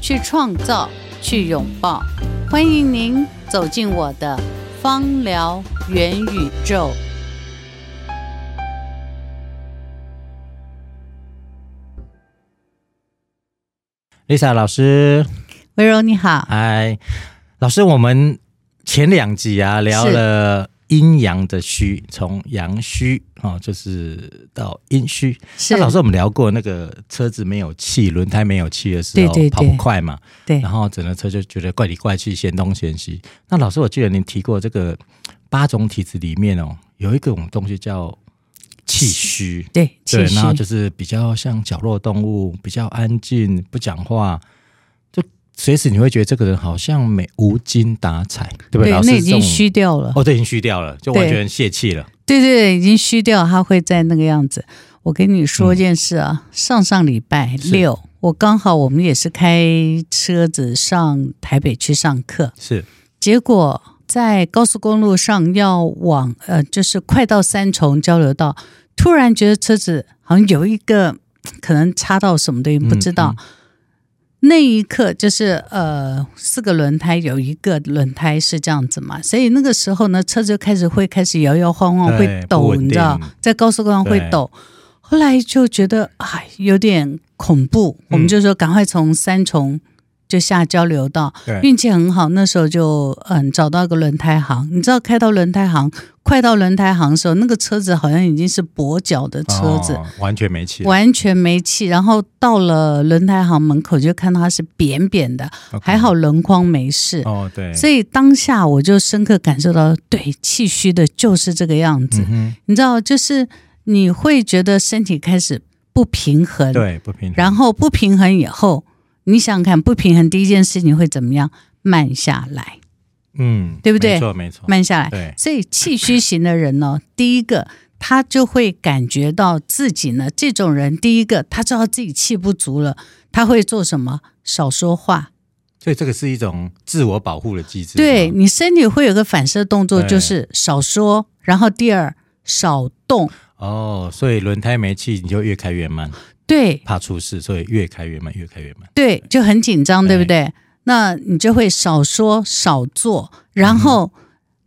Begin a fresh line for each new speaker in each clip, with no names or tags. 去创造，去拥抱。欢迎您走进我的芳疗元宇宙。
Lisa 老师，
温柔你好，
哎，老师，我们前两集啊聊了阴阳的虚，从阳虚哦，就是到阴虚。
是
那老师，我们聊过那个车子没有气，轮胎没有气的时候，
对对对
跑不快嘛，
对
然后整个车就觉得怪里怪气，嫌东嫌西。那老师，我记得您提过这个八种体质里面哦，有一种东西叫气虚。
对，
对
其，实
然后就是比较像角落动物，比较安静，不讲话，就随时你会觉得这个人好像没无精打采，对不
对，
老
那
师
已
这
经
种
虚掉了。
哦，对，已经虚掉了，就完全泄气了。
对对对，已经虚掉，它会在那个样子。我跟你说
嗯
件事啊，上上礼拜
是
六，我刚好我们也是开车子上台北去上课，
是
结果在高速公路上要往呃，就是快到三重交流道，突然觉得车子好像有一个可能插到什么东西，
嗯
不知道。那一刻就是呃，四个轮胎有一个轮胎是这样子嘛，所以那个时候呢，车子就开始会开始摇摇晃晃，
对
哦会
不
抖，
稳定
你知道，在高速公路上会
对
抖。后来就觉得哎，有点恐怖，我们
嗯
就说赶快从三重就下交流道，
对，
运气很好，那时候就嗯找到一个轮胎行。你知道开到轮胎行，快到轮胎行的时候，那个车子好像已经是跛脚的车子，
哦完全没气了，
完全没气。然后到了轮胎行门口，就看到它是扁扁的，
OK
还好轮框没事。
哦，对，
所以当下我就深刻感受到，对气虚的就是这个样子。
嗯哼，
你知道，就是你会觉得身体开始不平衡，
对，不平衡，
然后不平衡以后，你想想看，不平衡第一件事情会怎么样？慢下来，
嗯，
对不对
没错，没错，
慢下来。
对，
所以气虚型的人呢，第一个他就会感觉到自己呢，这种人第一个他知道自己气不足了，他会做什么？少说话。
所以这个是一种自我保护的机制。
对
是吗
你身体会有个反射动作，
对
就是少说。然后第二，少动。
哦，所以轮胎没气，你就越开越慢，
对
怕出事，所以越开越慢，越开越慢。
对，就很紧张，对
对
不对？那你就会少说少做，然后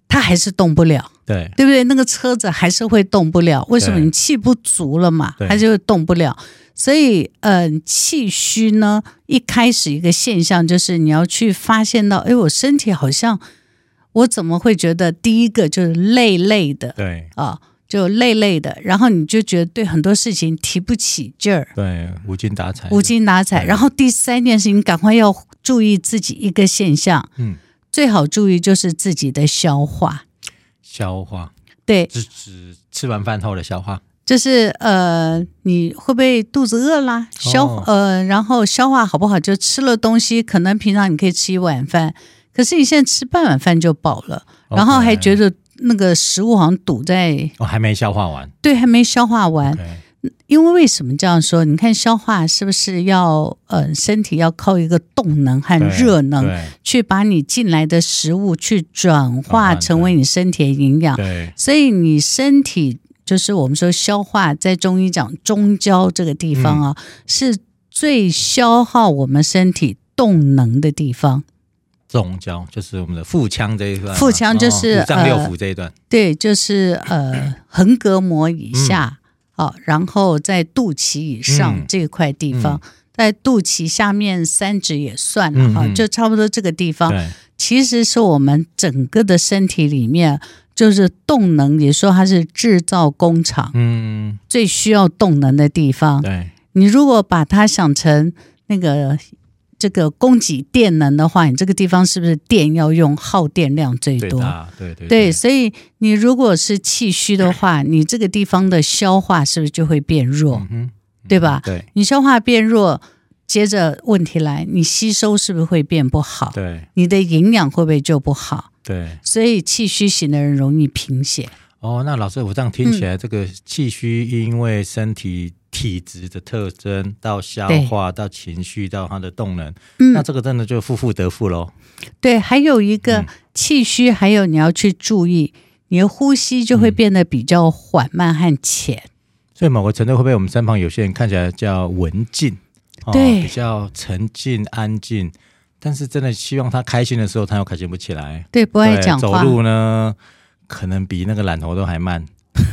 他还是动不了。
对，
对不对？那个车子还是会动不了，为什么？
对
你气不足了嘛，
对
它就会动不了。所以，嗯、气虚呢，一开始一个现象就是你要去发现到，哎，我身体好像，我怎么会觉得第一个就是累累的
对，
啊，就累累的，然后你就觉得对很多事情提不起劲儿，
对，无精打采，
无，精打采。
对
然后第三件事情，赶快要注意自己一个现象，
嗯，
最好注意就是自己的消化，
消化。
对，
是指吃完饭后的消化。
就是呃，你会不会肚子饿啦？消、
哦
呃，然后消化好不好？就吃了东西，可能平常你可以吃一碗饭，可是你现在吃半碗饭就饱了，然后还觉
得
得那个食物好像堵在
我、哦、还没消化完。
对，还没消化完。
OK，
因为为什么这样说？你看消化是不是要呃，身体要靠一个动能和
对
热能
对
去把你进来的食物去转化
转换
成为你身体的营养？
对
所以你身体就是我们说消化，在中医讲中焦这个地方
嗯
啊，是最消耗我们身体动能的地方。
中焦就是我们的腹腔这一段嘛，
腹腔就是
哦五脏六
呃
腑这一段。
对，就是呃横膈膜以下，哦，然后在肚脐以上、
嗯
这一块地方。在肚脐下面三指也算了
嗯
哈、
嗯
就差不多这个地方，
对
其实是我们整个的身体里面，就是动能，也说它是制造工厂、
嗯，
最需要动能的地方。
对
你如果把它想成那个这个供给电能的话，你这个地方是不是电要用耗电量最
最
多？
大，对对
对，所以你如果是气虚的话，你这个地方的消化是不是就会变弱，
嗯哼，
对吧？
对
你消化变弱，接着问题来，你吸收是不是会变不好？
对
你的营养会不会就不好？
对。
所以气虚型的人容易贫血。
哦，那老师，我这样
嗯
听起来，这个气虚因为身体体质的特征，到消化，到情绪，到它的动能，
嗯
那这个真的就负负得负喽。
对，还有一
嗯
个气虚，还有你要去注意，你的呼吸就
嗯
会变得比较缓慢和浅。
所以某个程度，会不会我们身旁有些人看起来叫文静，哦、
对
比较沉静、安静，但是真的希望他开心的时候，他又开心不起来。
对，不爱
对
讲
走
话。
路呢，可能比那个懒头都还慢，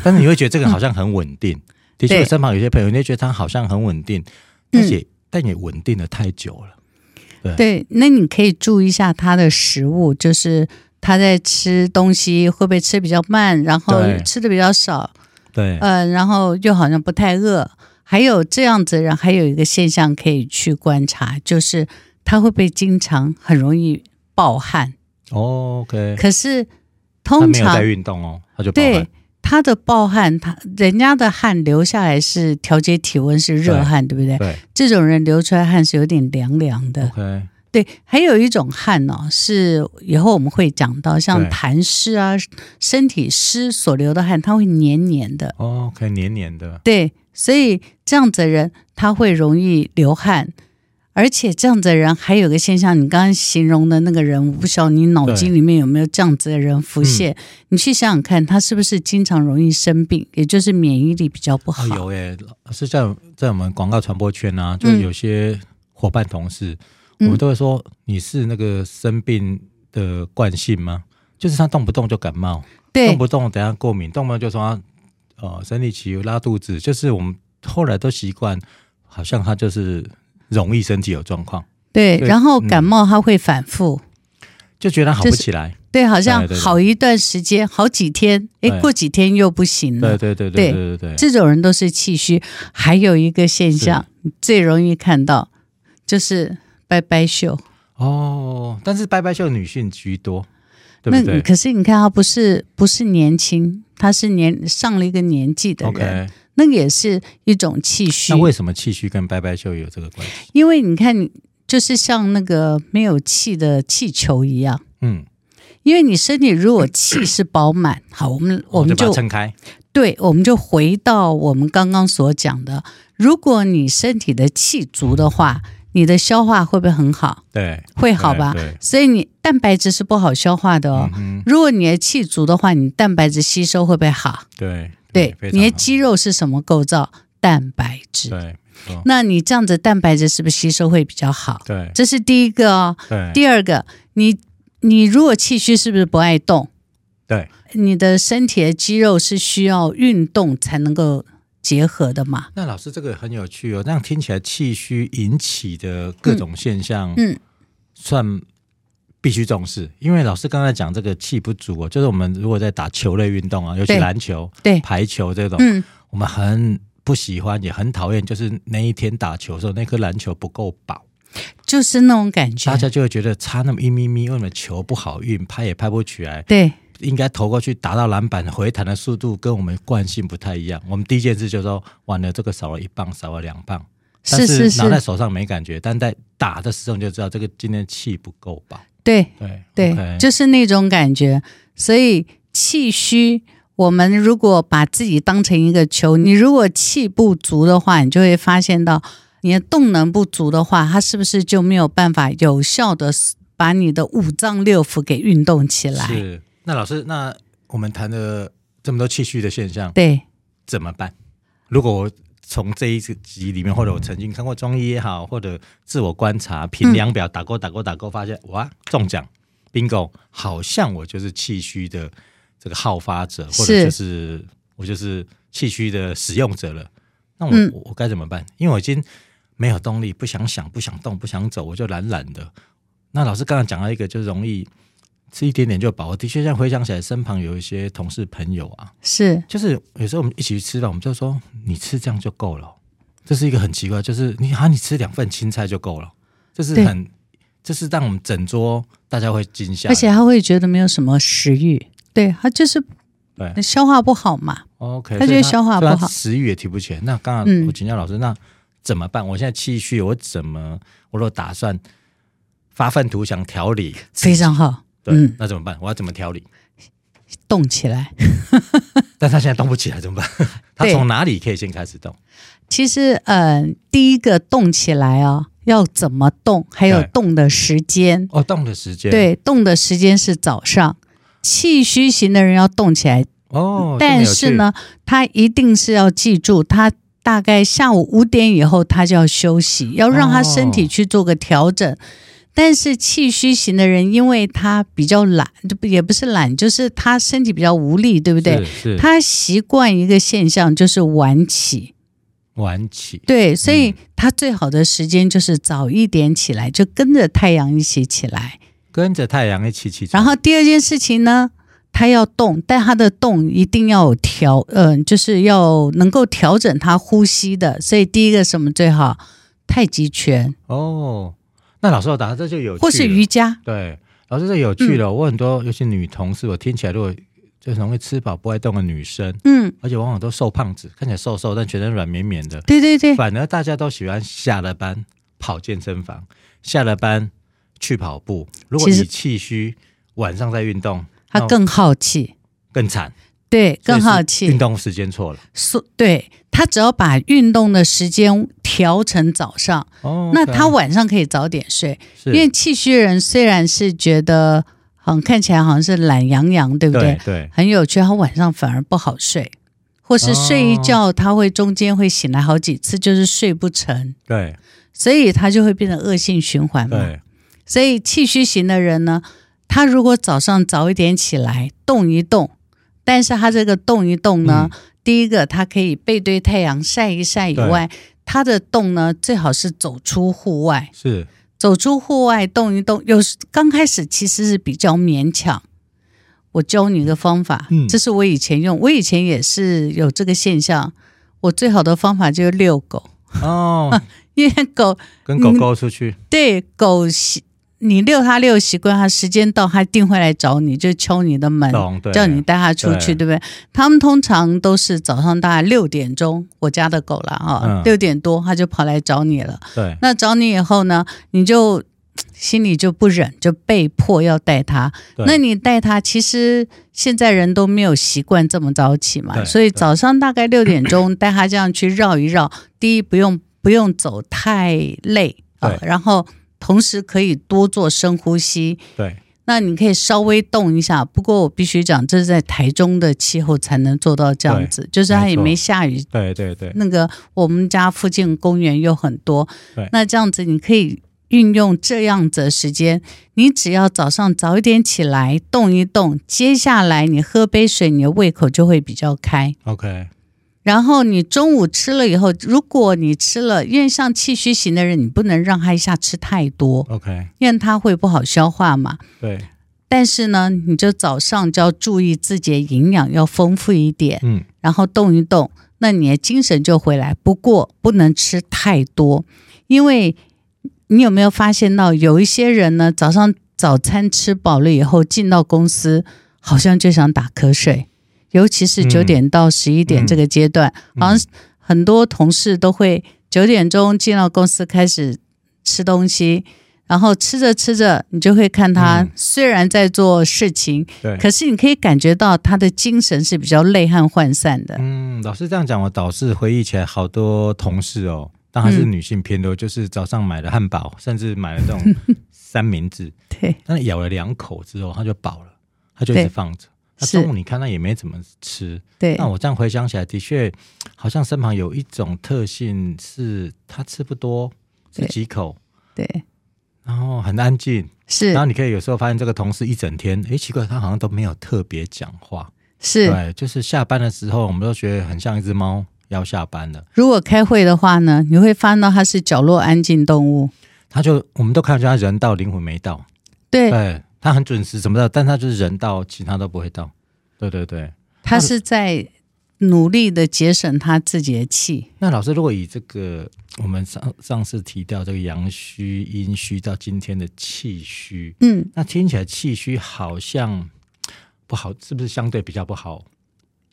但是你会觉得这个好像很 稳定。的确，
对嗯
我身旁有些朋友，你会觉得他好像很稳定，但是也、但也稳定的太久了。
对，那你可以注意一下他的食物，就是他在吃东西会不会吃比较慢，然后
对
吃的比较少，
对，
呃，然后又好像不太饿。还有这样子的人，还有一个现象可以去观察，就是他会不会经常很容易暴汗？
哦 OK，
可是
他
通
没有
常
在运动哦，他就暴汗
对，他的暴汗，他人家的汗流下来是调节体温，是热
对
汗，对不对？
对哦
这种人流出来汗是有点凉凉的。
，OK，
对，还有一种汗呢、是以后我们会讲到，像
对
痰湿啊、身体湿所流的汗，它会黏黏的。
哦，OK，黏黏的，
对，所以这样子的人他会容易流汗，而且这样子的人还有个现象，你刚刚形容的那个人，我不晓得你脑筋里面有没有这样子的人浮
嗯
现。你去想想看，他是不是经常容易生病，也就是免疫力比较不好嗯
啊、。有耶，是在在我们广告传播圈啊，就有些伙伴同事，我们都会说你是那个生病的惯性吗？就是他动不动就感冒，动
对
不动等下过敏，动不动就说他呃生理期有拉肚子，就是我们后来都习惯，好像他就是容易身体有状况，
对，
对
然后
嗯
感冒它会反复。
就觉得他好
就
不
是
起来。
对，好像
对对对
好一段时间，好几天，哎，
对
过几天又不行了
对。对对对对对对，
这种人都是气虚。还有一个现象，你最容易看到就是拜拜袖。
哦，但是拜拜秀女性居多，
那
对不
你
对
嗯可是你看，他不是不是年轻，他是年上了一个年纪的人，
？OK，
那也是一种气虚
那。为什么气虚跟拜拜秀有这个关系？
因为你看，你就是像那个没有气的气球一样。
嗯，
因为你身体如果气是饱满，好，我们我们
哦就
就
把它撑开，
对，我们就回到我们刚刚所讲的，如果你身体的气足的话，你的消化会不会很好？
对，
会 好吧？
对，对
所以你蛋白质是不好消化的哦
嗯。哼，
如果你的气足的话，你蛋白质吸收会不会好？
对
对，
非常
你的
好
肌肉是什么构造？蛋白质。
对，没错，
那你这样子蛋白质是不是吸收会比较好？
对
这是第一个哦。
对
第二个，你你如果气虚，是不是不爱动？
对。
你的身体的肌肉是需要运动才能够结合的嘛？
那老师这个很有趣哦，这样听起来气虚引起的各种现象，
嗯嗯
算必须重视，因为老师刚才讲这个气不足哦，就是我们如果在打球类运动啊，尤其
对
篮球、
对，
排球这种，
嗯，
我们很不喜欢，也很讨厌，就是那一天打球的时候，那颗篮球不够饱，
就是那种感觉
大。家就会觉得差那么一咪咪，为什么球不好运，拍也拍不起来，
对
应该投过去打到篮板，回弹的速度跟我们惯性不太一样。我们第一件事就是说，完了这个少了一磅，少了两磅，但
是是是
拿在手上没感觉，但在打的时候你就知道这个今天气不够饱。
对
对
对
OK
就是那种感觉。所以气虚，我们如果把自己当成一个球，你如果气不足的话，你就会发现到你的动能不足的话，它是不是就没有办法有效的把你的五脏六腑给运动起来？
是。那老师，那我们谈了这么多气虚的现象，
对，
怎么办？如果我从这一集里面，或者我曾经看过中医也好，或者自我观察、评量表打勾打勾打勾，发现哇中奖，bingo，好像我就是气虚的这个好发者，或者
是
就是我就是气虚的使用者了。那我、
嗯
我我该怎么办？因为我已经没有动力，不想想，不想动，不想走，我就懒懒的。那老师刚刚讲到一个，就容易吃一点点就饱。我的确，现在回想起来，身旁有一些同事朋友啊，
是
就是有时候我们一起去吃饭，我们就说你吃这样就够了哦，这是一个很奇怪，就是你啊，你吃两份青菜就够了，这是
对
很，这是让我们整桌大家会惊吓
而
的，
且他会觉得没有什么食欲，对他就是
对
消化不好嘛。
OK，
他
所
觉
以
得消化
所以
不好
食欲也提不起来。那刚
嗯
刚我请教老师，那怎么办？我现在气虚，我怎么？我若打算发愤图强调理，
非常好，
对，
嗯
那怎么办？我要怎么调理？
动起来。
但他现在动不起来怎么办？他
对
从哪里可以先开始动？
其实，嗯、第一个动起来啊、要怎么动，还有
对
动的时间。
哦，动的时间，，
对，动的时间是早上。气虚型的人要动起来，
哦，这么
但
有
是
趣，
呢，他一定是要记住，他大概下午五点以后他就要休息，要让他身体
哦
去做个调整。但是气虚型的人，因为他比较懒，就不也不是懒，就是他身体比较无力，对不对？
是是
他习惯一个现象就是晚起，
晚起，
对，所以他最好的时间就是早一点起来，就跟着太阳一起起来。
跟着太阳一起起床，
然后第二件事情呢，他要动，但他的动一定要有调，嗯、就是要能够调整他呼吸的。所以第一个什么最好？太极拳
哦，那老师我打这就有趣了，
或是嗯瑜伽，
对，老师这有趣了。我很多尤其女同事，我听起来如果就是容易吃饱不爱动的女生，
嗯，
而且往往都瘦胖子，看起来瘦瘦，但全身软绵绵的。
对对对，
反而大家都喜欢下了班跑健身房，下了班去跑步。如果
其
你
实
气虚，晚上再运动，
他更好奇，
更惨，
对，更
所以
好
是运
奇，
动时间错了。
所对他只要把运动的时间调成早上，
哦，
那
OK，
他晚上可以早点睡。
是
因为气虚的人虽然是觉得好像看起来好像是懒洋洋，对不对？
对对
很有趣，他晚上反而不好睡，或是睡一
哦
觉他会中间会醒来好几次，就是睡不成，
对
所以他就会变成恶性循环嘛。
对，
所以气虚型的人呢，他如果早上早一点起来动一动，但是他这个动一动呢，第一个他可以背对太阳晒一晒以
嗯对
外，他的动呢最好是走出户外。
是
走出户外动一动，有时刚开始其实是比较勉强。我教你一个方法，
嗯
这是我以前用，我以前也是有这个现象。我最好的方法就是遛狗，
哦，
因为狗
跟
嗯
狗狗出去，
对狗习，你遛它遛习惯，它时间到它一定会来找你，就敲你的门，
懂哦对
嗯叫你带它出去，对不对？他们通常都是早上大概六点钟，我家的狗了啊
嗯，
六、点多它就跑来找你了。
对
那找你以后呢，你就心里就不忍，就被迫要带他。
对
那你带他，其实现在人都没有习惯这么早起嘛，
对
所以早上大概六点 钟带他这样去绕一绕，第一不用不用走太累啊，
对
然后同时可以多做深呼吸。
对，
那你可以稍微动一下，不过我必须讲，这是在台中的气候才能做到这样
对
子，就是它
没
也
错
没下雨，
对对对
那个我们家附近公园又很多
对，
那这样子你可以运用这样子的时间，你只要早上早一点起来动一动，接下来你喝杯水，你的胃口就会比较开。
，OK，
然后你中午吃了以后，如果你吃了，因为像气虚型的人，你不能让他一下吃太多，
OK，
因为他会不好消化嘛。
对，
但是呢，你就早上就要注意自己的营养要丰富一点，
嗯，
然后动一动，那你的精神就回来。不过不能吃太多，因为你有没有发现到有一些人呢，早上早餐吃饱了以后，进到公司好像就想打瞌睡，尤其是
嗯
九点到十一点
嗯
这个阶段，
嗯
好像很多同事都会九点钟进到公司开始吃东西。然后吃着吃着，你就会看他
嗯
虽然在做事情，
对。
可是你可以感觉到他的精神是比较累和涣散的。
嗯，老师这样讲，我倒是回忆起来好多同事哦，当然是
嗯
女性偏多，就是早上买了汉堡，甚至买了这 种三明治，
对，
但是咬了两口之后，他就饱了，他就一
对
直放着。那
是
中午你看他也没怎么吃，
对
那，我这样回想起来，的确好像身旁有一种特性是他吃不多，吃
对
几口，
对，
然后很安静，
是
然后你可以有时候发现这个同事一整天，诶，奇怪，他好像都没有特别讲话，
是。
对，就是下班的时候，我们都觉得很像一只猫要下班了。
如果开会的话呢，你会发现到它是角落安静动物。
他就我们都看得出他人到灵魂没到，
对，
对他很准时什么的，但他就是人到，其他都不会到。对对对。
它是在努力的节省它自己的气。
那老师，如果以这个我们上上次提到这个阳虚、阴虚到今天的气虚，
嗯，
那听起来气虚好像不好，是不是相对比较不好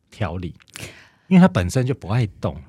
调理？因为他本身就不爱动了。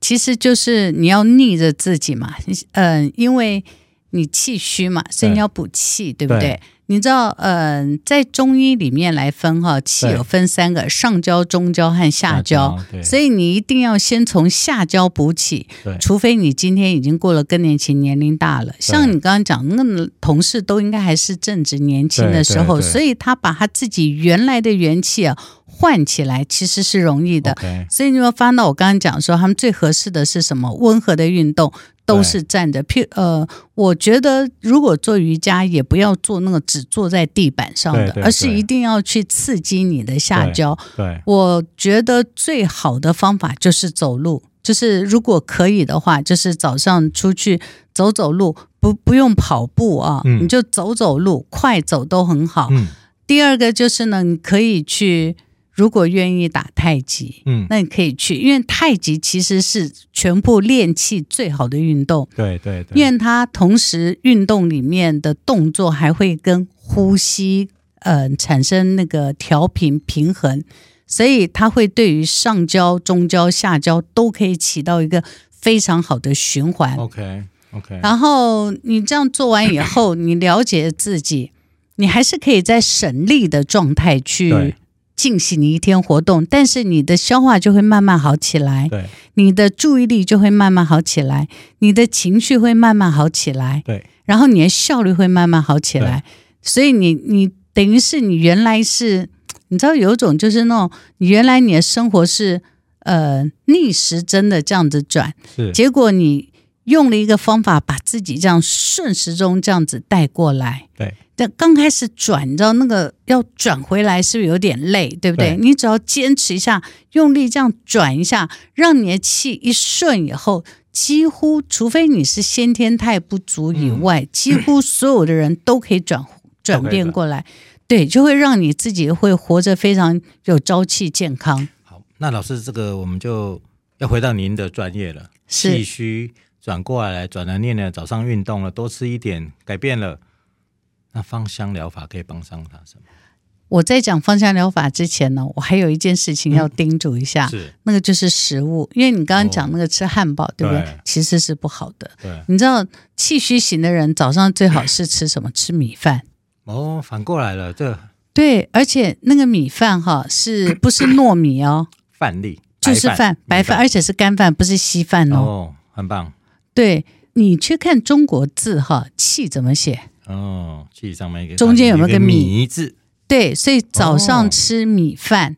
其实就是你要逆着自己嘛，嗯、呃，因为你气虚嘛，所以你要补气，对不对？
对
你知道，嗯、在中医里面来分哈，气
对
有分三个：上焦、中焦和下焦。
对
所以你一定要先从下焦补起，
对
除非你今天已经过了更年期，年龄大了。像你刚刚讲，那个同事都应该还是正值年轻的时候，
对对对
所以他把他自己原来的元气啊换起来，其实是容易的。
OK，
所以你有没有发现到我刚刚讲说，他们最合适的是什么？温和的运动都是站着。譬呃，我觉得如果做瑜伽，也不要做那个只坐在地板上的
对，对
而是
对
一定要去刺激你的下焦。
对
我觉得最好的方法就是走路，就是如果可以的话，就是早上出去走走路，不不用跑步啊，
嗯
你就走走路，快走都很好。
嗯
第二个就是呢，你可以去，如果愿意打太极，
嗯，
哦那你可以去，因为太极其实是全部练气最好的运动，
对对对，
因为它同时运动里面的动作还会跟呼吸，呃，产生那个调频平衡，所以它会对于上焦、中焦、下焦都可以起到一个非常好的循环。
OK OK，
然后你这样做完以后，你了解自己，你还是可以在省力的状态去
对
进行你一天活动，但是你的消化就会慢慢好起来，
对
你的注意力就会慢慢好起来，你的情绪会慢慢好起来，
对
然后你的效率会慢慢好起来。所以你你等于是你原来是，你知道有一种就是那种你原来你的生活是呃逆时针的这样子转。
是，
结果你用了一个方法，把自己这样顺时钟这样子带过来。
对
但刚开始转，你知道那个要转回来是不是有点累，对不对？
对
你只要坚持一下，用力这样转一下，让你的气一顺以后，几乎除非你是先天太不足以
嗯
外，几乎所有的人都可以转转变过来。对，就会让你自己会活着非常有朝气、健康。
好，那老师这个我们就要回到您的专业了，
是
气虚转过来，转了念了，早上运动了，多吃一点，改变了。那芳香疗法可以帮上他什么？
我在讲芳香疗法之前呢，我还有一件事情
嗯
要叮嘱一下，
是，
那个就是食物，因为你刚刚讲那个吃汉堡，对不对
哦对？
其实是不好的。
对
你知道气虚型的人早上最好是吃什么？吃米饭。
哦，反过来了，这
对，而且那个米饭哈，是不是糯米哦？
饭粒
就是饭， 白饭，
饭，
而且是干饭，不是稀饭
米
哦。
哦，很棒
对你去看中国字哈，气怎么写？
哦。气上面一个
中间有没有
一个
个米
米字？
对，所以早上
哦
吃米饭，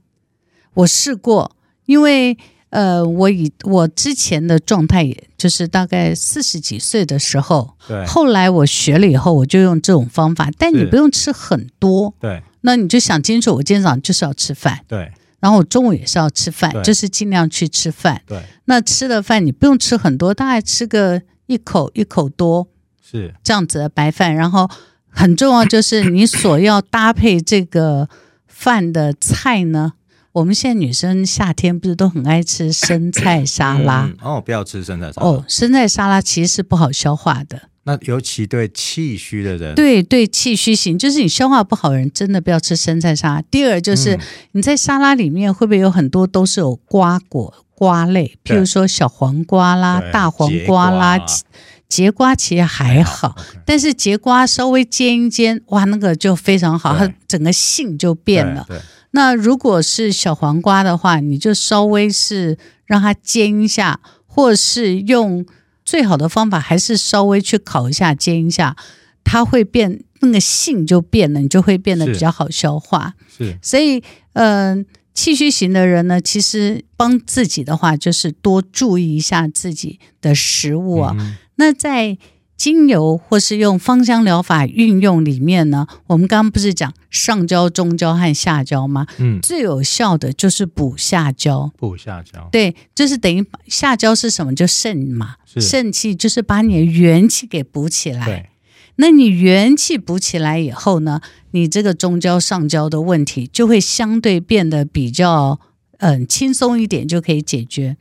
我试过，因为呃，我以我之前的状态，也就是大概四十几岁的时候，
对
后来我学了以后，我就用这种方法，但你
是
不用吃很多，
对
那你就想清楚，我今天早上就是要吃饭，
对
然后我中午也是要吃饭，
对
就是尽量去吃饭。
对，
那吃的饭你不用吃很多，大概吃个一口一口多，
是
这样子的白饭，然后很重要就是你所要搭配这个饭的菜呢。我们现在女生夏天不是都很爱吃生菜沙拉？
嗯哦，不要吃生菜沙拉。
啊哦，生菜沙拉其实是不好消化的，
那尤其对气虚的人，
对对，气虚型就是你消化不好的人，真的不要吃生菜沙拉。第二就是
嗯
你在沙拉里面会不会有很多都是有瓜果瓜类，譬
对
如说小黄瓜啦、
对
啊大黄瓜啦、
节
节节瓜，其实还好。
OK
但是节瓜稍微煎一煎，哇，那个就非常好，
对
它整个性就变了。
对，对
那如果是小黄瓜的话，你就稍微是让它煎一下，或是用最好的方法还是稍微去烤一下、煎一下，它会变那个性就变了，你就会变得
是
比较好消化。
是
所以，嗯、气虚型的人呢，其实帮自己的话，就是多注意一下自己的食物啊。
嗯
那在精油或是用芳香疗法运用里面呢，我们刚刚不是讲上焦、中焦和下焦吗？
嗯，
最有效的就是补下焦，
不下焦，
对，就是等于把下焦是什么？就肾嘛，
是
肾气就是把你的元气给补起来。
对
那你元气补起来以后呢，你这个中焦、上焦的问题就会相对变得比较嗯、轻松一点，就可以解决。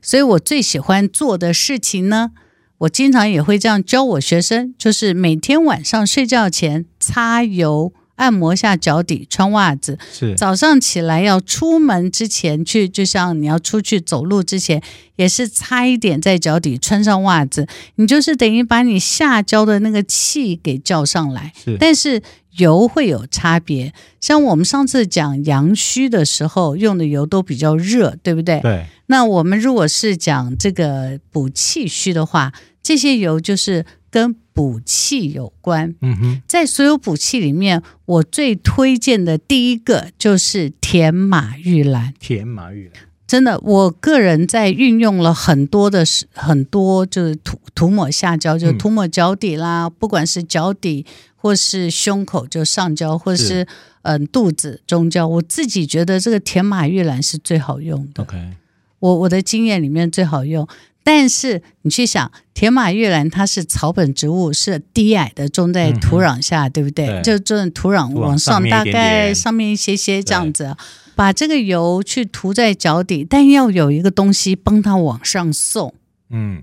所以我最喜欢做的事情呢，我经常也会这样教我学生，就是每天晚上睡觉前擦油啊，按摩下脚底，穿袜子。
是
早上起来要出门之前去，就像你要出去走路之前，也是擦一点在脚底，穿上袜子，你就是等于把你下焦的那个气给叫上来。
是
但是油会有差别，像我们上次讲阳虚的时候用的油都比较热，对不对？
对，
那我们如果是讲这个补气虚的话，这些油就是跟补气有关。
嗯哼，
在所有补气里面，我最推荐的第一个就是甜马玉兰。
甜麻玉兰
真的，我个人在运用了很多的是很多，就是涂涂抹下焦，就是
嗯
涂抹脚底啦，不管是脚底或是胸口，就上焦，或
是
是嗯、肚子中焦。我自己觉得这个甜马玉兰是最好用的。
，OK，
我我的经验里面最好用。但是你去想，铁马玉兰它是草本植物，是低矮的，种在
嗯哼
土壤下，对不对？
对
就种土壤
土壤
往
上面
大
一点
概
点
上面一些些这样子，啊把这个油去涂在脚底，但要有一个东西帮它往上送。
嗯，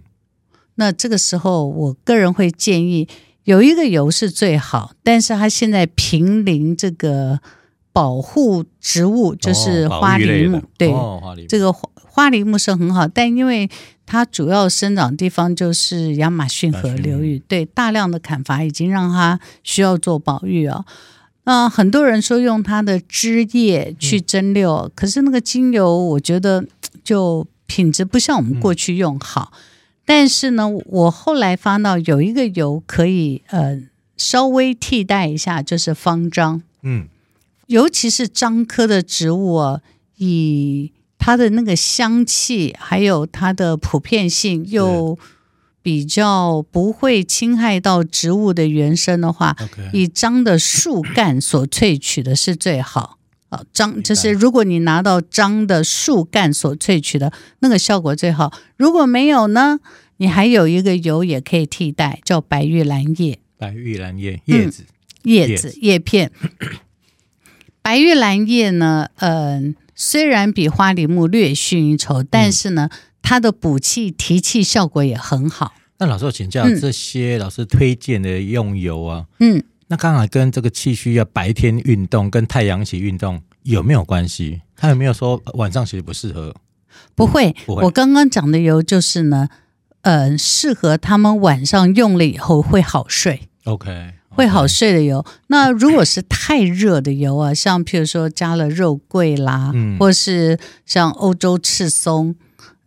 那这个时候，我个人会建议有一个油是最好，但是它现在濒临这个保护植物，就是
哦
花
宝玉类
梨木，
的
对，
哦，花梨木，
这个花花梨木是很好，但因为它主要生长地方就是亚马逊河流域，对大量的砍伐已经让它需要做保育啊、那、很多人说用它的枝叶去蒸馏，可是那个精油我觉得嘖就品质不像我们过去用好。但是呢，我后来发到有一个油可以呃稍微替代一下，就是方樟。
嗯，
尤其是樟科的植物啊，以它的那个香气，还有它的普遍性，又比较不会侵害到植物的原生的话，
OK
以樟的树干所萃取的是最好。啊，樟就是如果你拿到樟的树干所萃取的那个效果最好。如果没有呢，你还有一个油也可以替代，叫白玉兰叶。
白玉兰叶
嗯
叶子，
叶
叶
子、叶 片。白玉兰叶呢，嗯、虽然比花梨木略逊一筹，
嗯
但是呢，它的补气提气效果也很好。
那老师我请教
嗯
这些老师推荐的用油啊，
嗯，
那刚好跟这个气虚要白天运动跟太阳起运动有没有关系？他有没有说呃晚上其实不适合？
不会，
不会
我刚刚讲的油就是呢，嗯、适合他们晚上用了以后会好睡。
OK，哦
会好睡的油。那如果是太热的油 啊，像譬如说加了肉桂啦，
嗯
或是像欧洲赤松，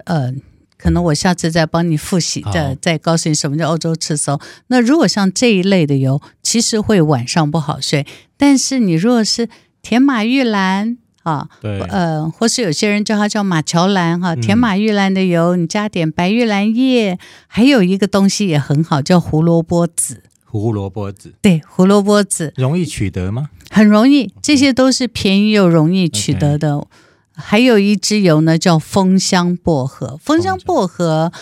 呃，可能我下次再帮你复习
好
的，再告诉你什么叫欧洲赤松。那如果像这一类的油，其实会晚上不好睡。但是你如果是甜马玉兰啊，
对，嗯
呃，或是有些人叫它叫马乔兰哈，甜马玉兰的油，你加点白玉兰叶，还有一个东西也很好，叫胡萝卜籽。
胡萝卜籽
对，胡萝卜籽，
容易取得吗？
很容易，这些都是便宜又容易取得的。还有一支油呢，叫枫香薄荷。枫香薄荷，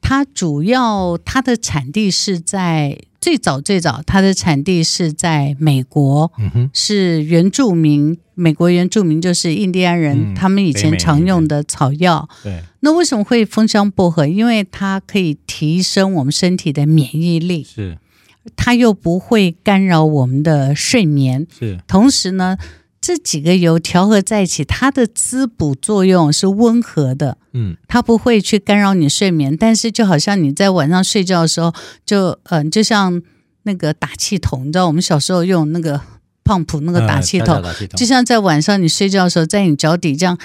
它主要它的产地是在最早最早，它的产地是在美国，
嗯哼，
是原住民。美国原住民就是印第安人，
嗯
他们以
北美
前常用的草药。
对，
那为什么会枫香薄荷？因为它可以提升我们身体的免疫力，
是
它又不会干扰我们的睡眠。
是
同时呢，这几个油调和在一起，它的滋补作用是温和的，
嗯，
它不会去干扰你睡眠。但是就好像你在晚上睡觉的时候，就嗯、就像那个打气筒，你知道我们小时候用那个胖普那个打
呃
气
敲
筒，
打打气筒
就像在晚上你睡觉的时候，在你脚底这样。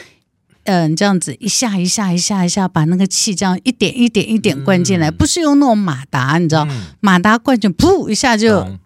嗯，这样子一下一下一下一下，把那个气这样一点一点一点灌进来，
嗯
不是用那种马达，你知道，
嗯
马达灌进，噗一下哦就
懂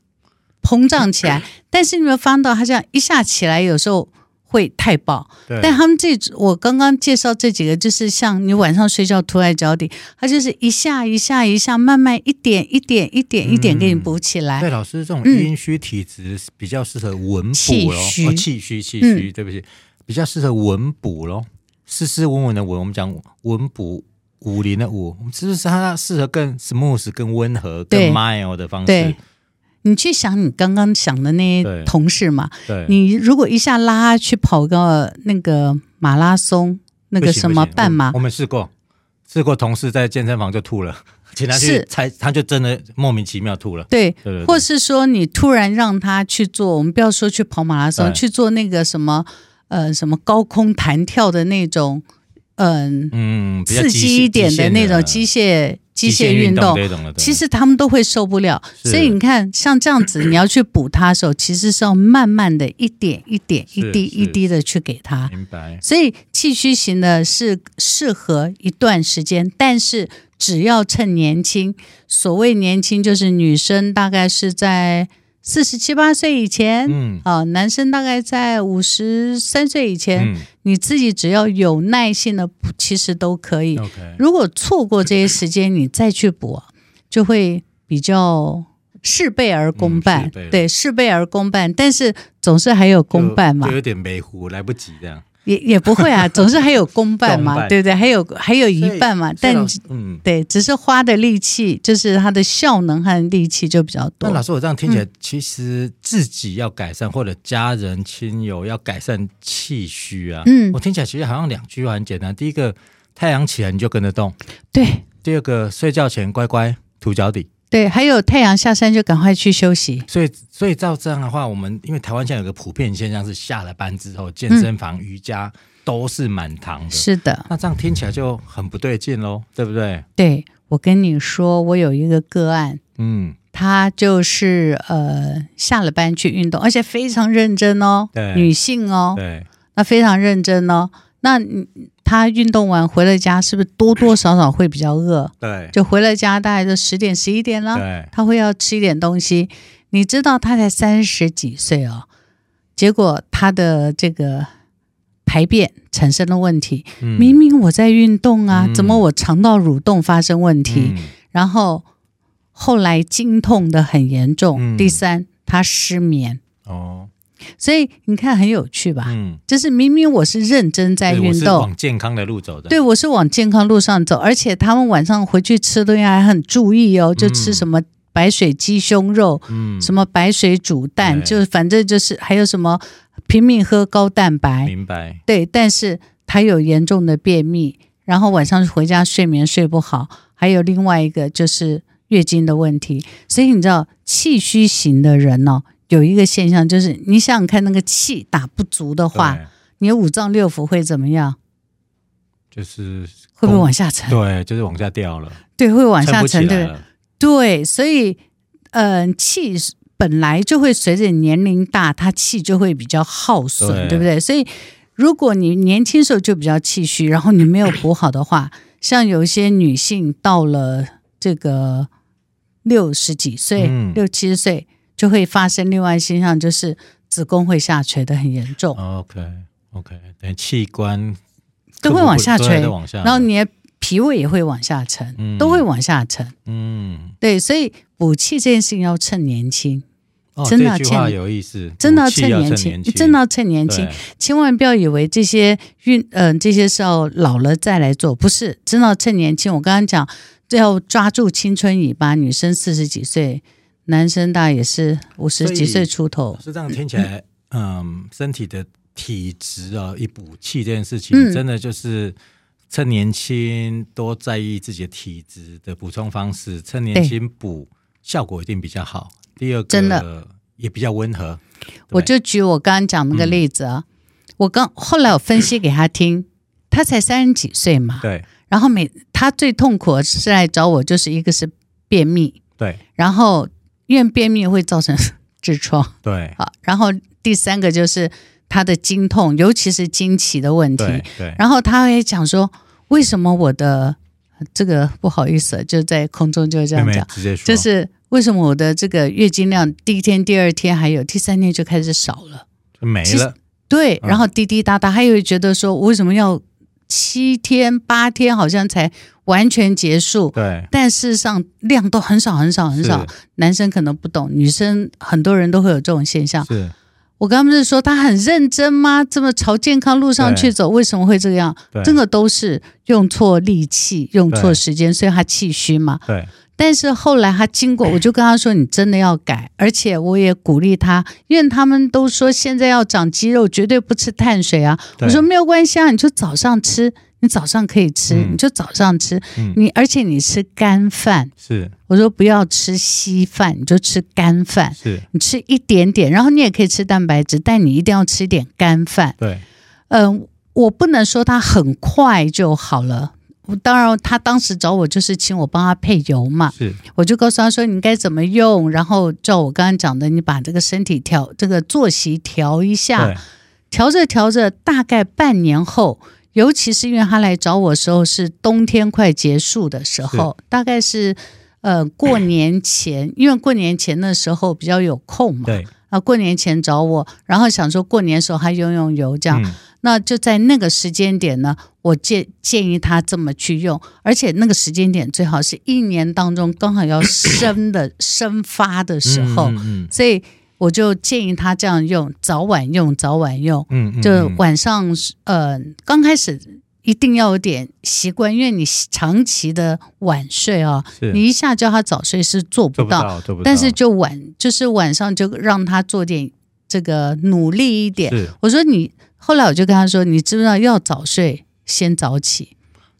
膨胀起来。但是你有没有发现到，它这样一下起来，有时候会太爆。
对，
但他们这我刚刚介绍这几个，就是像你晚上睡觉涂在脚底，它就是一下一下一下，慢慢一点一点一点一点给你补起来。
对老师这种
嗯
阴虚体质是比较适合文
气
补咯，
虚嗯
哦气虚气虚，对不起，比较适合文补咯，斯斯文文的文，我们讲文补。武林的武，是不是它适合更 smooth、更温和、
对
更 mild 的方式？
对你去想你刚刚想的那些
对
同事嘛，
对
你如果一下拉他去跑个那个马拉松，那
那
个什么半马
我，们试过，试过同事在健身房就吐了， 请他去
是
猜，他就真的莫名其妙吐了。
对，
对对对
或是说你突然让他去做，我们不要说去跑马拉松，
对
去做那个什么呃什么高空弹跳的那种，嗯、
嗯，比较
刺
极
激一
限
点
极
的
限
那种机械机械
哎运
运动。
这种的，对
其实他们都会受不了，
是
所以你看，像这样子，你要去补他的时候，其实是要慢慢的一点一点、
是
一滴
是
一滴的去给他。
明白。
所以气虚型呢是适合一段时间，但是只要趁年轻，所谓年轻就是女生大概是在四十七八岁以前，
嗯
啊、男生大概在五十三岁以前，
嗯
你自己只要有耐性的，其实都可以。
，OK，
如果错过这些时间，你再去补啊，就会比较事倍而功
嗯
半，
事倍而
对，事倍而功半，但是总是还有功半嘛
就，有点没糊，来不及这样。
也也不 会啊，总是还有公办
公
嘛，
办
对不对？还有还有一半嘛，
所以
但
老师嗯，
对，只是花的力气，就是它的效能和力气就比较
那老
多。嗯
师，我这样听起来，其实自己要改善，或者家人亲友要改善气虚啊。
嗯
我听起来其实好像两句话很简单。第一个，太阳起来你就跟着动；
对
第二个，睡觉前乖乖涂脚底。
对，还有太阳下山就赶快去休息。
所以，所以照这样的话，我们因为台湾现在有个普遍现象是，下了班之后，健身房、瑜伽都是满堂的。
是的，
那这样听起来就很不对劲喽，对不对？
对我跟你说，我有一个个案，
嗯，
她就是呃下了班去运动，而且非常认真哦，
对
女性哦，
对，
那非常认真哦。那你她运动完回了家，是不是多多少少会比较饿？
对，
就啊回了家大概就十点十一点了。
对，
他会要吃一点东西。你知道他才三十几岁哦，结果他的这个排便产生了问题。
嗯
明明我在运动啊，
嗯
怎么我肠道蠕动发生问题？
嗯
然后后来经痛的很严重。
嗯
第三，他失眠。
哦，
所以你看很有趣吧？
嗯，
就是明明我是认真啊在
对我
运
是
动，
往健康的路走的。
对，我是往健康路上走，而且他们晚上回去吃东西还很注意哦，就吃什么白水鸡胸肉，
嗯，
什么白水煮蛋，
对
就是反正就是还有什么拼命喝高蛋白，
明白，
对，但是他有严重的便秘，然后晚上回家睡眠睡不好，还有另外一个就是月经的问题，所以你知道气虚型的人哦，有一个现象就是，你想想看，那个气打不足的话，
对，
你五脏六腑会怎么样？
就是
会不会
功
往下沉？
对，就是往下掉了，
对，会 往
撑
下
不起
沉，
来
对
了。
对，所以，嗯、气本来就会随着年龄大，它气就会比较耗损，
对
对不对？所以，如果你年轻时候就比较气虚，然后你没有补好的话，像有一些女性到了这个六十几岁、
嗯
六七十岁，就会发生另外一现象，就是子宫会下垂的很严
啊
重，
OK OK，等于器官
都会
不
往下
对
垂
都，往下。
然后你的脾胃也会往下沉，
嗯
都会往下沉。
嗯，
对，所以补气这件事情要趁年轻，
哦，
真的
这句话
趁
有意思，
真的
骨
要
气
趁
要
年
趁
轻，真的要趁年轻
对，
千万不要以为这些运嗯、这些是要老了再来做，不是，真的要趁年轻。我刚刚讲要抓住青春尾巴，女生四十几岁，男生大概也是五十
所以
几岁出头
老，师这样听起来，嗯，身体的体质啊，以补气这件事情，
嗯
真的就是趁年轻多在意自己的体质的补充方式，趁年
对
轻补效果一定比较好。第二个，
真的
也比较温和。
我
对
就举我刚刚讲那个例子啊，我刚后来我分析给他听，他才三十几岁嘛，
对
然后每他最痛苦的是来找我，就是一个是便秘，
对
然后因为便秘会造成 痔疮
对
啊，然后第三个就是他的经痛，尤其是经期的问
对
题。
对，
然后他也讲说，为什么我的这个不好意思，就在空中就这样
妹妹
讲，
直接说，
就是为什么我的这个月经量第一天、第二天还有第三天就开始少了？
就没
其实
了。
对，
嗯
然后滴滴答答，还有觉得说我为什么要七天、八天好像才完全结束？
对，
但事实上量都很少很少很少
是，
男生可能不懂，女生很多人都会有这种现象。
是
我刚刚不是说他很认真吗？这么朝健康路上去走，为什么会这样
对？
这个都是用错力气，用错时间，所以他气虚嘛。
对
但是后来他经 过，我就跟他说：“你真的要改。”而且我也鼓励他，因为他们都说现在要长肌肉，绝对不吃碳水啊。
对
我说没有关系啊，你就早上吃，你早上可以吃，
嗯
你就早上吃。
嗯
你而且你吃干饭，
是
我说不要吃稀饭，你就吃干饭，
是，
你吃一点点，然后你也可以吃蛋白质，但你一定要吃一点干饭。
对，
嗯，我不能说他很快就好了。我当然，他当时找我就是请我帮他配油嘛，
是
我就告诉他说你该怎么用，然后照我刚刚讲的，你把这个身体调，这个作息调一下
对，，
调着调着，大概半年后，尤其是因为他来找我的时候是冬天快结束的时候，大概是呃过年前，因为过年前的时候比较有空嘛，
对，
啊，过年前找我，然后想说过年的时候还用用油这样，
嗯
那就在那个时间点呢，我建建议他这么去用，而且那个时间点最好是一年当中刚好要生 的生发的时候，
嗯嗯
所以我就建议他这样用，早晚用，早晚用，
嗯嗯，
就
嗯
晚上呃刚开始一定要有点习惯，因为你长期的晚睡啊，
是
你一下叫他早睡是做不
做不
到，
到，做不到，
但是就晚就是晚上就让他做点这个努力一点。
是
我说你，后来我就跟他说，你知不知道要早睡，先早起。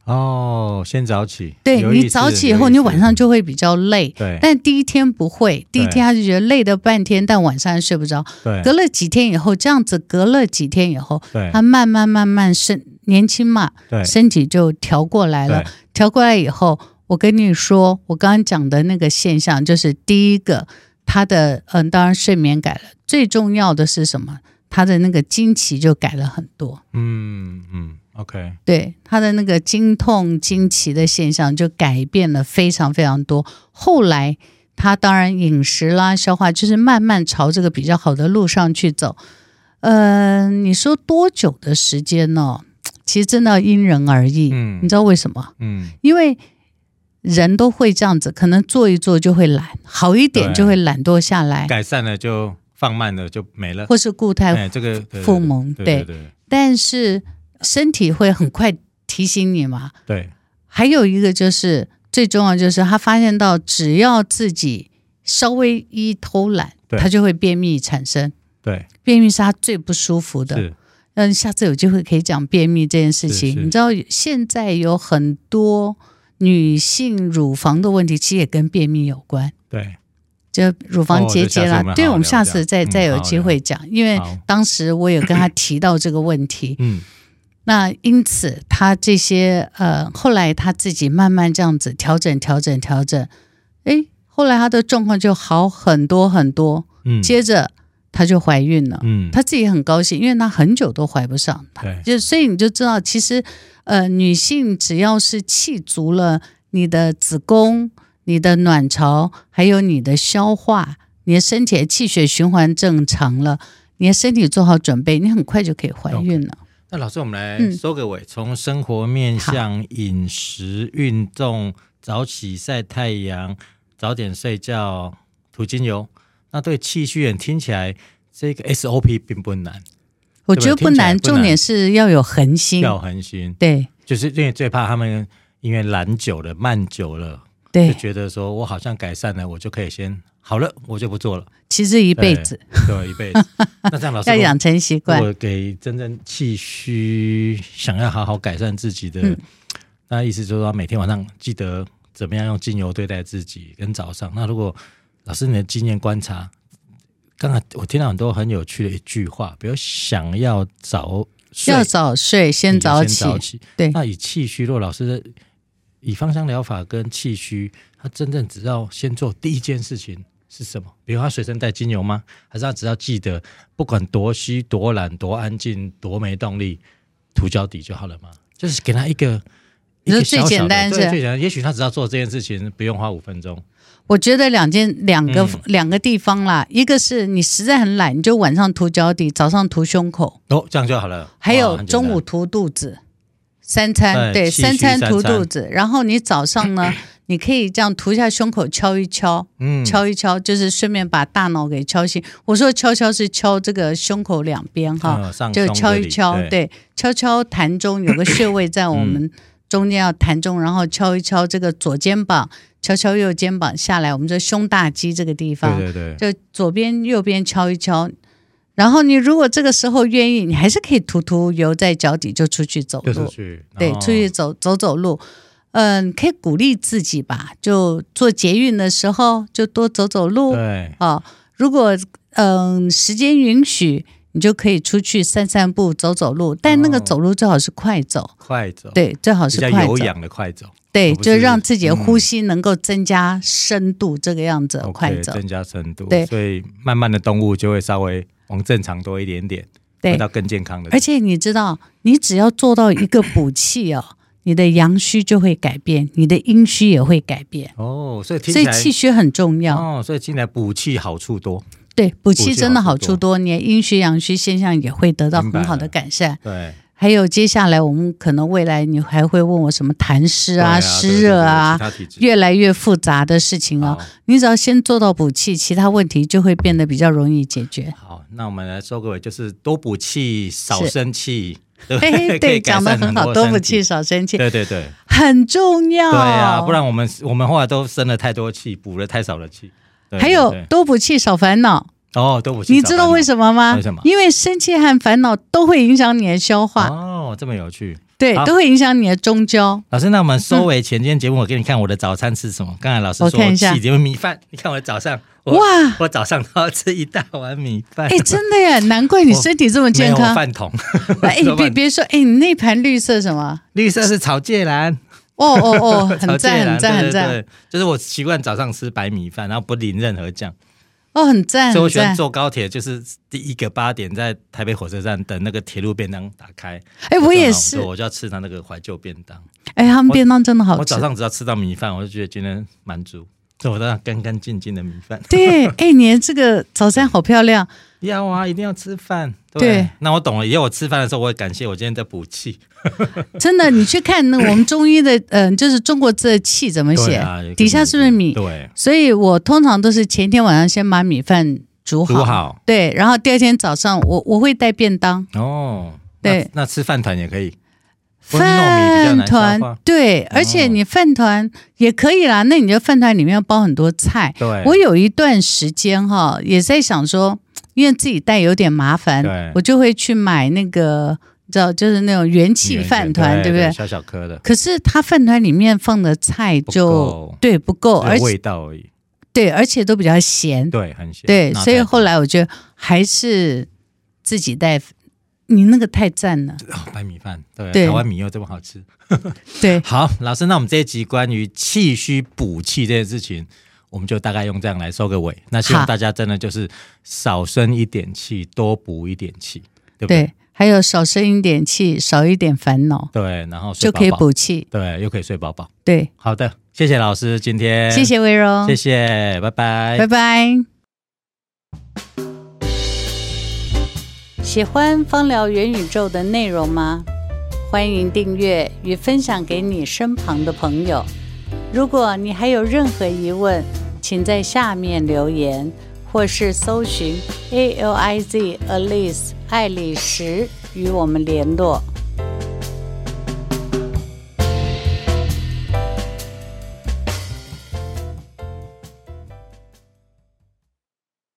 哦，先早起，
对
有意
你
思
早起以
有
后，
意
你
思
晚上就会比较累。
对
但第一天不会，第一
对
天他就觉得累了半天，但晚上还睡不着。
对
隔了几天以后，这样子隔了几天以后，
对
他慢慢慢慢身年轻嘛，
对
身体就调过来了
对。
调过来以后，我跟你说，我刚刚讲的那个现象，就是第一个，他的嗯，当然睡眠改了，最重要的是什么？他的那个经期就改了很多，
嗯嗯，OK，
对他的那个经痛、经期的现象就改变了非常非常多。后来他当然饮食啦、消化，就是慢慢朝这个比较好的路上去走。嗯、你说多久的时间呢、其实真的要因人而异。
嗯
你知道为什么？
嗯
因为人都会这样子，可能做一做就会懒，好一点
对
就会懒惰下来，
改善了就放慢了就没了，
或是固态
哎，这个对对
复萌。
对对对
但是身体会很快提醒你嘛。
对
还有一个就是最重要，就是他发现到只要自己稍微一偷懒，
对
他就会便秘产生。
对
便秘是他最不舒服
对
的。
是
嗯，下次有机会可以讲便秘这件事情。
是是
你知道现在有很多女性乳房的问题，其实也跟便秘有关，
对
就乳
哦
房结
这
节
下次
啦。
我们好
对，
好
我们
聊
下
这
次
样
再
嗯
再有
好
机
聊
会讲，因为
好
当时我有跟他提到这个问题，
嗯
那因此他这些呃，后来他自己慢慢这样子调整、调整、调整，诶，后来他的状况就好很多很多。
嗯
接着她就怀孕了。
嗯
她自己很高兴，因为她很久都怀不上，
对
就所以你就知道，其实呃，女性只要是气足了，你的子宫、你的卵巢，还有你的消化，你的身体的气血循环正常了，你的身体做好准备，你很快就可以怀孕了。
那老师，我们来
嗯
收个尾，从生活面向、饮食、运动、早起、晒太阳、早点睡觉、涂精油。那对气虚人听起来，这个 SOP 并不难，
我觉得不难，
听起来不难
重点是要有恒心。
要恒心，
对
就是因为最怕他们因为懒久了、慢久了，就
对，
觉得说我好像改善了，我就可以先好了，我就不做了，
其实一
一
辈子，
对，一 辈子。那这样老师
要
如果
养成习惯。
我给真正气虚、想要好好改善自己的，
嗯
那意思就是说，每天晚上记得怎么样用精油对待自己，跟早上。那如果老师你的经验观察，刚才我听到很多很有趣的一句话，比如想要早睡，
要早睡，
你
先
就
早
先
起。
早起。
对
那以气虚弱，老师的以芳香疗法跟气虚，他真正只要先做第一件事情是什么？比如他随身带精油吗？还是他只要记得，不管多虚、多懒、多安静、多没动力，涂脚底就好了吗？就是给他一个。
你说
一个小
最简
小的
单
对
是
最简单，也许他只要做这件事情，不用花五分钟。
我觉得两件两个、
嗯
两个地方啦，一个是你实在很懒，你就晚上涂脚底，早上涂胸口，
哦，这样就好了。
还
哇
有
很简
中
单
午涂肚子，三餐
哎
对
气
三
虚
餐
三
涂
餐
肚子，然后你早上 呢，你可以这样涂一下胸口，敲一敲，
嗯
敲一敲，就是顺便把大脑给敲醒。我说敲敲是敲这个胸口两边哈，
嗯上
啊就
胸
敲
这
一
里
敲，
对嗯
对，敲敲痰中有个穴位在我们中间要痰中，然后敲一敲这个左肩膀，敲敲右肩膀下来，我们这胸大肌这个地方，
对对对，
就左边右边敲一敲。然后你如果这个时候愿意，你还是可以涂涂油在脚底就出去走
就
路，
出去，哦
对，
然后
出去走走走路。嗯，可以鼓励自己吧，就做捷运的时候就多走走路啊、
对，
哦如果嗯时间允许，你就可以出去散散步、走走路，但那个
哦
走路最好是快走，
快走，，
对，最好
比
是
较
快走
有，氧的快走，
对，
而不
就是让自己的呼
嗯
吸能够增加深度，这个样子
OK，
快走，
增加深度，
对
所以慢慢的动物就会稍微往正常多一点点，
对
回到更健康的，
而且你知道，你只要做到一个补气哦，你的阳虚就会改变，你的阴虚也会改变，
哦，所以听
所
起
以
来
气啊虚很重要。
哦，所以听起来补气好处多，
对，补
补
气
气
真的
好
好
处
处
多
多，你的阴虚阳虚现象也会得到
明
很
白
好的
了
改善。
对，
还有接下来我们可能未来你还会问我什么痰湿
对
啊、
啊，
湿热啊，
对对对其他体质
越来越复杂的事情啊
好。
你只要先做到补气，其他问题就会变得比较容易解 决。
好，那我们来收个尾，就是多补气，少
是
生气，对不
嘿
对，
嘿，
可
对，
以改
讲得
善
很好，
多
多
身
补
体
气少生气
对对对，
很重要。哦
对啊，不然我们我们后来都生了太多气，补了太少的气。对
还有
对对
多补气少烦恼，
哦，都补气，
你知道为什么吗？
为什么
因为生气和烦恼都会影响你的消化，
哦，这么有趣。
对，
好
都会影响你的中焦。
老师，那我们收尾前，今天节目我给你看我的早餐吃什么？刚才老师
嗯我
说
看一下
细节米饭， 你看我的早上，我
哇，
我早上都要吃一大碗米饭，
哎，真的耶，难怪你身体这么
没
健
有
康。
饭桶，
哎，
我
别
饭
别说，哎，你那盘绿色什么？
绿色是草芥兰，
哦哦 哦，
草
很
芥
赞，
兰
很赞，
对
很
对
赞，
对，就是我习惯早上吃白米饭，然后不淋任何酱，
哦，很赞，
所以我
很
喜欢
赞。
坐高铁，就是第一个八点在台北火车站等那个铁路便当打开，
哎，我也
对
是，
我就要吃他那个怀旧便当。
哎，他们便当真的好
我
吃
早。上只要吃到米饭，我就觉得今天满足，所以我都要干干净净的米饭。
对，哎，你的这个早餐好漂亮。
要啊，一定要吃饭。对不
对
对，那我懂了。以后我吃饭的时候，我会感谢我今天在补气。
真的，你去看那个我们中医的，嗯、就是中国字的气怎么
对
写，
啊有个
底下是不是米？
对，
所以我通常都是前天晚上先把米饭煮好，
煮好
对，然后第二天早上我我会带便当，
哦。
对
那，那吃饭团也可以。不是糯米比较
饭
难消化哦
团对，而且你饭团也可以啦，那你的饭团里面要包很多菜。
对，
我有一段时间哈、也在想说，因为自己带有点麻烦
对，
我就会去买那个，你知道，就是那种元气
圆
饭
圆
团，
对
不对？
小小颗的，
可是它饭团里面放的菜
不
就
够
对不够，
只
哦而
有味
且
道而已。
对，而且都比较咸，
对，很咸。
对，
那
所以
太
后来我觉得还是自己带。你那个太赞了，
哦白米饭，对，
对
台湾米又这么好吃。
对，
好，老师，那我们这一集关于气虚补气这件事情，我们就大概用这样来收个尾。那希望
好
大家真的就是少生一点气，多补一点气，对不对？
对，还有少生一点气，少一点烦恼，
对，然后睡
就
饱
可以
饱，
补气。
对，又可以睡饱饱。
对，
好的，谢谢老师，今天
谢，哦谢魏柔，
哎谢谢，拜拜
拜拜。喜欢芳疗元宇宙的内容吗？欢迎订阅与分享给你身旁的朋友。如果你还有任何疑问，请在下面留言，或是搜寻 A L I Z Alice 爱丽丝与我们联络。